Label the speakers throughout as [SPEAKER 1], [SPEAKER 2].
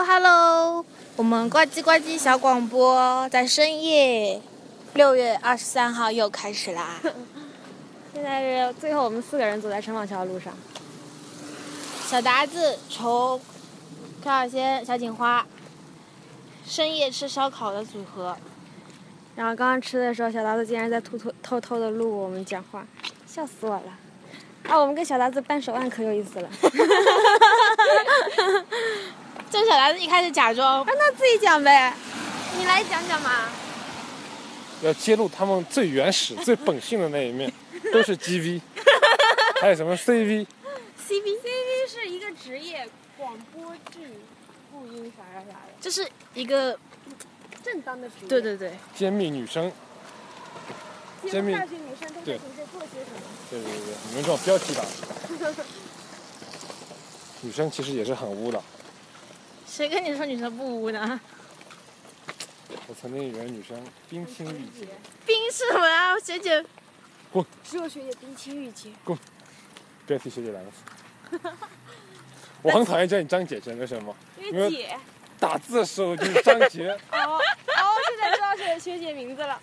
[SPEAKER 1] 哦 Hello，我们呱唧呱唧小广播在深夜六月二十三号又开始 啦。
[SPEAKER 2] 现在是最后我们四个人走在陈宝桥的路上，
[SPEAKER 1] 小达子、虫、高小仙、小锦花，深夜吃烧烤的组合。
[SPEAKER 2] 然后刚刚吃的时候，小达子竟然在偷偷偷偷的录我们讲话，笑死我了。啊，我们跟小达子扳手腕可有意 思了，
[SPEAKER 1] 这小达子一开始假装
[SPEAKER 2] 让他自己讲呗，你来讲讲嘛。
[SPEAKER 3] 要揭露他们最 原始、最本性的那一面，都是 GV，还有什么 CV，
[SPEAKER 2] C B C B 是一个职业，广播剧录音啥啥啥的，
[SPEAKER 1] 这是一个
[SPEAKER 2] 正当的职业。
[SPEAKER 1] 对对对，
[SPEAKER 3] 揭秘女生，揭秘
[SPEAKER 2] 大学女生都在
[SPEAKER 3] 对
[SPEAKER 2] 从事做些什么？
[SPEAKER 3] 对对对对，你们这种标题党， 女生其实也是很污的。
[SPEAKER 1] 谁跟你说女生不污呢？
[SPEAKER 3] 我曾经以为女生冰清玉洁，
[SPEAKER 1] 冰是我啊，学姐
[SPEAKER 2] 只有学姐冰清玉洁。
[SPEAKER 3] 不要提学姐两个字。 我很讨厌叫你张姐姐，为什么？因为
[SPEAKER 2] 姐。
[SPEAKER 3] 打字的时候就是张杰，
[SPEAKER 2] 哦哦，现 在知道学学姐名字了，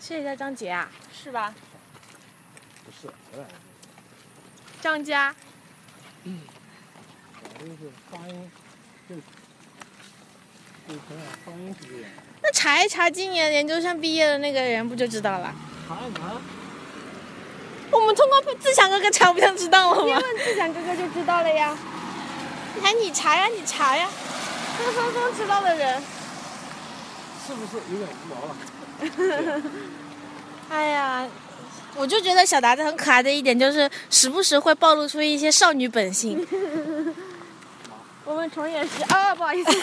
[SPEAKER 1] 学姐叫张杰啊，
[SPEAKER 2] 是吧？
[SPEAKER 3] 不是，我俩
[SPEAKER 1] 张佳，
[SPEAKER 3] 就是发音，就就是发音是这样。
[SPEAKER 1] 那查一查今年研究生毕业的那个人不就知道了？
[SPEAKER 3] 啥呢？
[SPEAKER 1] 我们通过自强哥哥查，不就知道了
[SPEAKER 2] 别
[SPEAKER 1] 吗？
[SPEAKER 2] 问志强哥哥就知道 了呀。
[SPEAKER 1] 哎，你查呀，你查呀，分分钟知道的人。
[SPEAKER 3] 是不是有点啊无聊了？
[SPEAKER 1] 哎呀，我就觉得小达子很可爱的一点就是，时不时会暴露出一些少女本 性。
[SPEAKER 2] 我们虫也是啊，不好意思。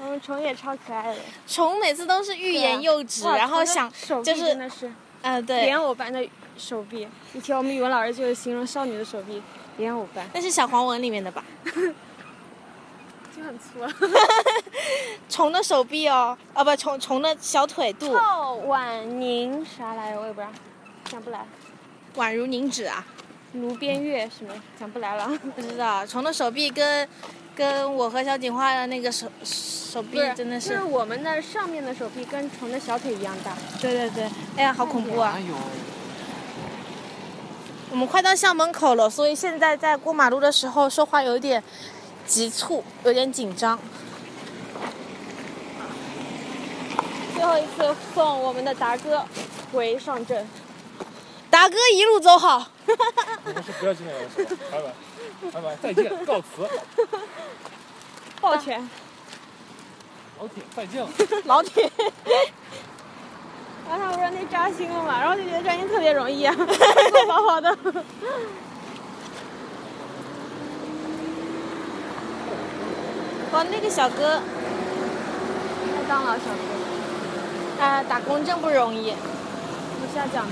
[SPEAKER 2] 我们虫也超可爱的，啊
[SPEAKER 1] 虫每次都是欲言又止，
[SPEAKER 2] 哇
[SPEAKER 1] 然后
[SPEAKER 2] 虫的
[SPEAKER 1] 想
[SPEAKER 2] 手
[SPEAKER 1] 就
[SPEAKER 2] 臂
[SPEAKER 1] 是
[SPEAKER 2] 真的是
[SPEAKER 1] 呃对
[SPEAKER 2] 莲，藕般的手臂。以前我们语文老师就是形容少女的手臂莲藕般，
[SPEAKER 1] 那是小黄文里面的 吧？
[SPEAKER 2] 就很粗。
[SPEAKER 1] 虫的手臂哦，啊不，虫虫的小腿肚，
[SPEAKER 2] 赵婉宁啥来着？我也不知道，想不来。
[SPEAKER 1] 宛如凝脂啊，
[SPEAKER 2] 卢边月什么？想不 来了。
[SPEAKER 1] 不知道虫的手臂跟跟我和小锦花的那个手手臂真的
[SPEAKER 2] 就是是，我们的上面的手臂跟虫的小腿一样大。
[SPEAKER 1] 对对对，哎呀好恐怖啊！
[SPEAKER 3] 有？
[SPEAKER 1] 我们快到校门口了，所以现在在过马路的时候说话有点急促，有点紧张。
[SPEAKER 2] 最后一次送我们的达哥回上镇。
[SPEAKER 1] 达哥一路走好，
[SPEAKER 3] 你们是不要进来了是吧？拜拜，拜拜，再见，告辞，
[SPEAKER 2] 抱拳，
[SPEAKER 3] 老铁，再见了。
[SPEAKER 1] 老铁，
[SPEAKER 2] 然后他不是那扎心了嘛，然后就觉得扎心特别容 易啊，做薄薄 的。
[SPEAKER 1] 哇，那个小哥
[SPEAKER 2] 麦当劳小哥，
[SPEAKER 1] 啊、打工真不容易。
[SPEAKER 2] 你下讲。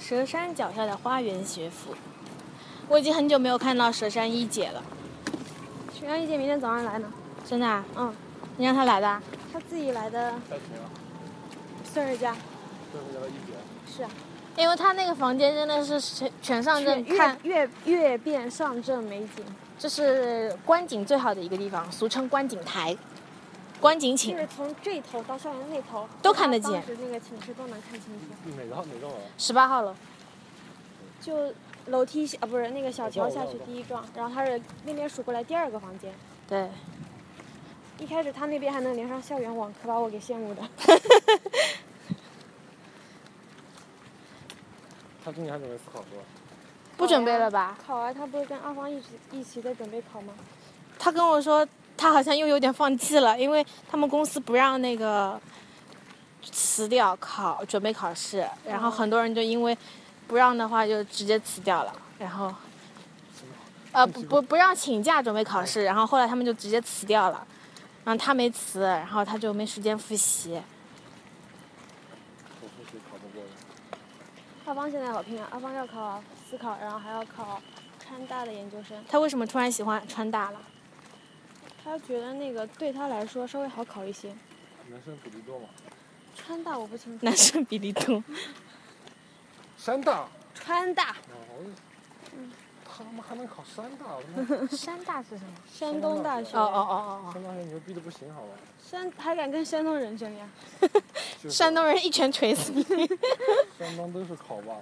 [SPEAKER 1] 蛇山脚下的花园学府，我已经很久没有看到蛇山一姐了，
[SPEAKER 2] 学员一姐明天早上来呢，
[SPEAKER 1] 真的、啊？
[SPEAKER 2] 嗯，
[SPEAKER 1] 你让她来的啊？
[SPEAKER 2] 他自己来的
[SPEAKER 3] 再见了，
[SPEAKER 2] 孙儿家
[SPEAKER 3] 对不起了，一姐。
[SPEAKER 2] 是啊，
[SPEAKER 1] 因为她那个房间真的是全全上镇看
[SPEAKER 2] 看，月月遍上镇美景，
[SPEAKER 1] 就是观景最好的一个地方，俗称观景台、观景
[SPEAKER 2] 就
[SPEAKER 1] 寝
[SPEAKER 2] 是。从这头到上面那头
[SPEAKER 1] 都看得见
[SPEAKER 2] 当时那个寝室都能看清楚，
[SPEAKER 3] 哪个哪个我？
[SPEAKER 1] 十八号楼，
[SPEAKER 2] 就楼梯下啊不是那个小桥下
[SPEAKER 1] 哦
[SPEAKER 2] 去第一幢，然后他是那边数过来第二个房间。
[SPEAKER 1] 对，
[SPEAKER 2] 一开始他那边还能连上校园网，可把我给羡慕的。
[SPEAKER 3] 他今年还准备思考过。
[SPEAKER 1] 不准备了吧？
[SPEAKER 2] 考啊，他不是跟二方一起一起在准备考吗？
[SPEAKER 1] 他跟我说，他好像又有点放弃了，因为他们公司不让那个辞掉考准备考试，然后很多人就因为不让的话就直接辞掉了，然后呃不不不让请假准备考试，然后后来他们就直接辞掉了，然后他没辞，然后他就没时间复习。
[SPEAKER 3] 我复习考不过的。
[SPEAKER 2] 二方现在好拼啊，二方要考思考，然后还要考川大的研究生。
[SPEAKER 1] 他为什么突然喜欢川大了？
[SPEAKER 2] 他觉得那个对他来说稍微好考一些。
[SPEAKER 3] 男生比例多吗？
[SPEAKER 2] 川大我不清楚。
[SPEAKER 1] 男生比例多。
[SPEAKER 3] 山大，哦，
[SPEAKER 2] 川大，
[SPEAKER 3] 我他他妈还能考山大，我他妈
[SPEAKER 1] 山大是什么？
[SPEAKER 2] 山东大学。
[SPEAKER 1] 哦哦哦哦
[SPEAKER 3] 山大也牛逼的不行，好吧？
[SPEAKER 2] 山还敢跟山东人争呀？
[SPEAKER 3] 就
[SPEAKER 1] 哦，
[SPEAKER 3] 是
[SPEAKER 1] 山东人一拳锤死你！
[SPEAKER 3] 山东都是考吧，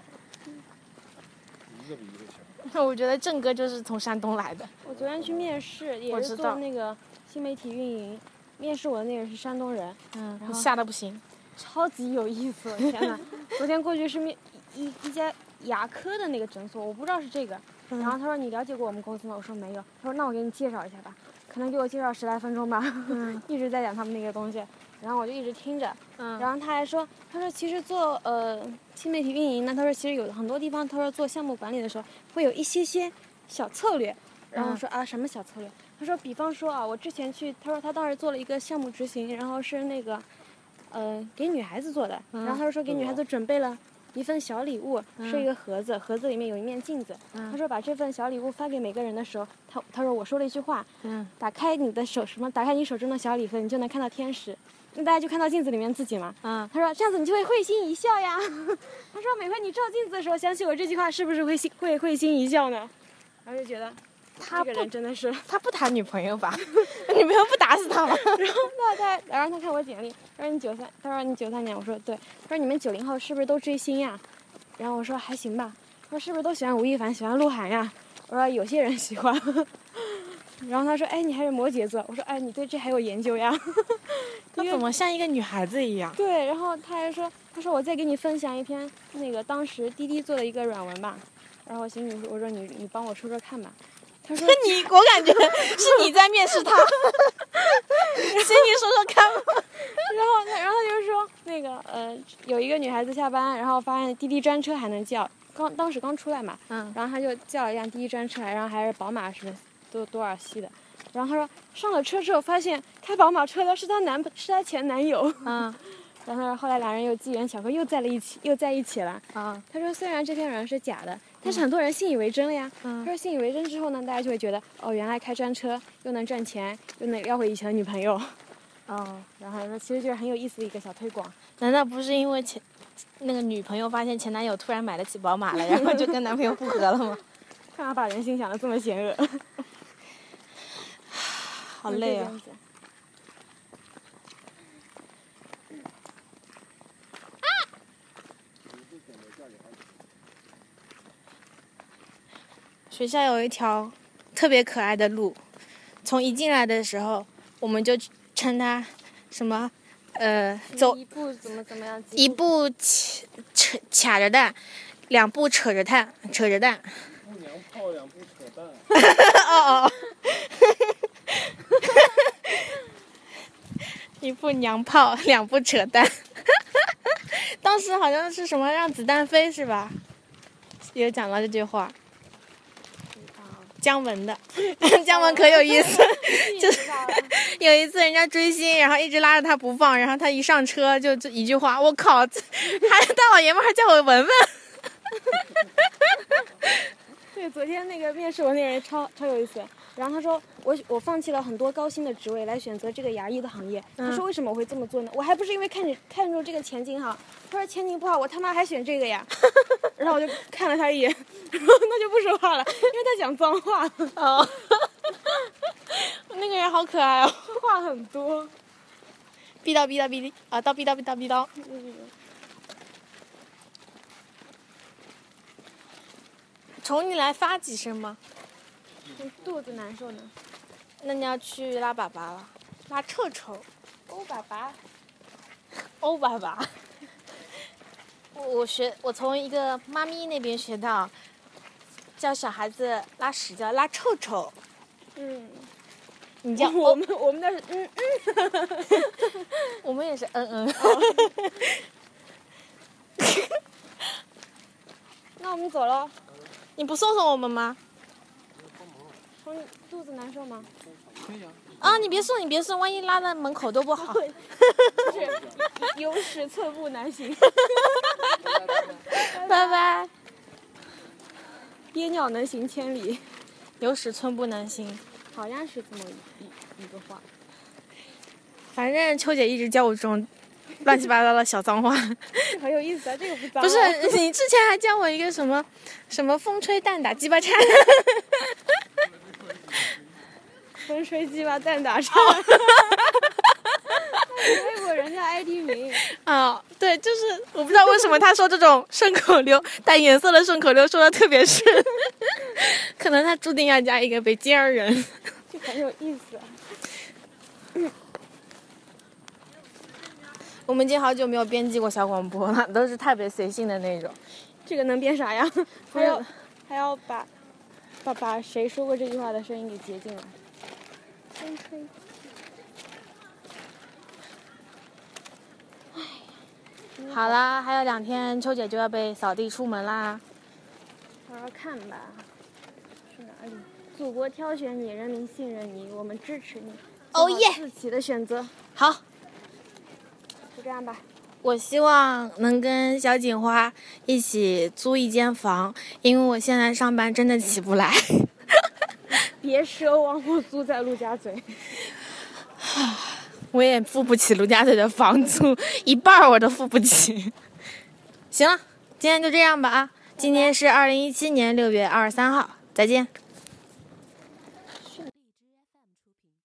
[SPEAKER 3] 一个比一个 强。
[SPEAKER 1] 我觉得郑哥就是从山东来的。
[SPEAKER 2] 我昨天去面试，也
[SPEAKER 1] 我
[SPEAKER 2] 是
[SPEAKER 1] 知道
[SPEAKER 2] 做那个新媒体运营，面试我的那个是山东人，
[SPEAKER 1] 嗯，
[SPEAKER 2] 后
[SPEAKER 1] 你吓得不行。
[SPEAKER 2] 超级有意思，我天哪！昨天过去是面一一家牙科的那个诊所，我不知道是这个。然后他说你了解过我们公司吗？我说没有。他说那我给你介绍一下吧，可能给我介绍十来分钟吧， 一直在讲他们那个东西，然后我就一直听着。
[SPEAKER 1] 嗯
[SPEAKER 2] 然后他还说，他说其实做呃新媒体运营呢，他说其实有很多地方，他说做项目管理的时候会有一些些小策略。然后我说啊，什么小策略？他说，比方说啊，我之前去，他说他当时做了一个项目执行，然后是那个，呃，给女孩子做的。然后他就说给女孩子准备了一份小礼物，是一个盒子，盒子里面有一面镜子。
[SPEAKER 1] 嗯
[SPEAKER 2] 他说把这份小礼物发给每个人的时候，他他说我说了一句话，
[SPEAKER 1] 嗯，
[SPEAKER 2] 打开你的手什么，打开你手中的小礼盒，你就能看到天使。那大家就看到镜子里面自己嘛。
[SPEAKER 1] 嗯
[SPEAKER 2] 他说这样子你就会会心一笑呀。 他说每回你照镜子的时候，想起我这句话，是不是会心会会心一笑呢？然后就觉得
[SPEAKER 1] 他
[SPEAKER 2] 这
[SPEAKER 1] 不
[SPEAKER 2] 个人真的是。
[SPEAKER 1] 他不谈女朋友吧？ 女朋友不打死他吗？
[SPEAKER 2] 然后那他，然后他看我简历，他说你九三，他说你九三年，我说对，他说你们九零后是不是都追星呀？然后我说还行吧，他说是不是都喜欢吴亦凡，喜欢鹿晗呀？我说有些人喜欢。 然后他说：“哎，你还是摩羯座。”我说：“哎，你对这还有研究呀？”
[SPEAKER 1] 他怎么像一个女孩子一样？
[SPEAKER 2] 对，然后他还说，他说我再给你分享一篇那个当时滴滴做的一个软文吧。然后我心里说我说你你帮我说说看吧。他说
[SPEAKER 1] 你，我感觉是你在面试他。 请你说说看吧。
[SPEAKER 2] 然后他然后他就说那个呃有一个女孩子下班，然后发现滴滴专车还能叫，刚当时刚出来嘛，
[SPEAKER 1] 嗯
[SPEAKER 2] 然后他就叫了一辆滴滴专车来，然后还是宝马什么多多少系的。然后他说上了车之后发现开宝马车的是她男是她前男友，
[SPEAKER 1] 嗯
[SPEAKER 2] 然后后来俩人又机缘巧合又在了一起又在一起了。
[SPEAKER 1] 啊
[SPEAKER 2] 他说虽然这篇文是假的，但是很多人信以为真了呀。
[SPEAKER 1] 嗯
[SPEAKER 2] 他说信以为真之后呢，大家就会觉得哦，原来开专车又能赚钱，又能要回以前的女朋友。
[SPEAKER 1] 哦，
[SPEAKER 2] 然后他说其实就是很有意思的一个小推广。
[SPEAKER 1] 难道不是因为前那个女朋友发现前男友突然买得起宝马了，然后就跟男朋友复合了吗？
[SPEAKER 2] 干嘛把人心想的这么险恶？
[SPEAKER 1] 好累啊！！学校有一条特别可爱的路，从一进来的时候，我们就称它什么，呃，走
[SPEAKER 2] 一步怎么怎么样？
[SPEAKER 1] 一步扯扯卡着蛋，两步扯着蛋，扯着蛋。
[SPEAKER 3] 不娘炮两不扯淡，
[SPEAKER 1] 哦哦， 一步娘炮，两步扯淡。 当时好像是什么让子弹飞是吧？有讲到这句话。姜文的， 姜文可有意思。
[SPEAKER 2] 就是
[SPEAKER 1] 有一次人家追星，然后一直拉着他不放，然后他一上车就就一句话，我靠， 这还大老爷们儿还叫我文文。
[SPEAKER 2] 对，昨天那个面试我那人超超有意思。然后他说我我放弃了很多高薪的职位来选择这个牙医的行业。他说为什么我会这么做呢？我还不是因为看着看中这个前景好。他说前景不好，我他妈还选这个 呀。然后我就看了他一眼，然后他就不说话了，因为他讲脏话，
[SPEAKER 1] 哦，那个人好可爱哦。
[SPEAKER 2] 话很多。
[SPEAKER 1] 逼叨逼叨逼叨啊，叨逼叨逼叨逼叨。从你来发几声吗？
[SPEAKER 2] 嗯肚子难受呢。
[SPEAKER 1] 那你要去拉粑粑了，拉臭臭，
[SPEAKER 2] 欧爸爸，
[SPEAKER 1] 欧粑粑。我我学，我从一个妈咪那边学到，叫小孩子拉屎叫拉臭臭，
[SPEAKER 2] 嗯，
[SPEAKER 1] 你叫
[SPEAKER 2] 我们我们那是嗯嗯，
[SPEAKER 1] 我们也是嗯嗯。
[SPEAKER 2] 那我们走了。
[SPEAKER 1] 你不送送我们吗？
[SPEAKER 2] 从肚子难受吗？
[SPEAKER 1] 啊，你别送，你别送，万一拉到门口多不好。
[SPEAKER 2] 就是有屎寸步难 行。
[SPEAKER 1] 拜拜。
[SPEAKER 2] 憋尿能行千里，
[SPEAKER 1] 有屎寸步难行。
[SPEAKER 2] 好像是这么一一个话。
[SPEAKER 1] 反正秋姐一直教我这种乱七八糟的小脏话。
[SPEAKER 2] 这很有意思啊，这个不脏、
[SPEAKER 1] 不是， 你之前还教我一个什么什么风吹蛋打鸡巴颤，
[SPEAKER 2] 风吹鸡巴蛋打上。 背过哦哎人家 ID 名，
[SPEAKER 1] 啊，对，就是我不知道为什么他说这种顺口溜带颜色的顺口溜说的特别顺， 可能他注定要嫁一个北京人。
[SPEAKER 2] 就很有意思啊。
[SPEAKER 1] 我们已经好久没有编辑过小广播了，都是特别随性的那种。
[SPEAKER 2] 这个能编啥呀？还
[SPEAKER 1] 是
[SPEAKER 2] 要还要把把把谁说过这句话的声音给截进来。风吹。
[SPEAKER 1] 好啦，还有两天秋姐就要被扫地出门啦。
[SPEAKER 2] 我要啊看吧，是哪里？祖国挑选你，人民信任你，我们支持你。
[SPEAKER 1] 哦
[SPEAKER 2] 做好
[SPEAKER 1] 耶
[SPEAKER 2] 自己的选择，
[SPEAKER 1] 好，
[SPEAKER 2] 就这样吧。
[SPEAKER 1] 我希望能跟小锦花一起租一间房，因为我现在上班真的起不来。
[SPEAKER 2] 别奢望我 租在陆家嘴，
[SPEAKER 1] 我也付不起陆家嘴的房租，一半儿我都付不起。行了，今天就这样吧啊！今天是二零一七年六月二十三号，再见。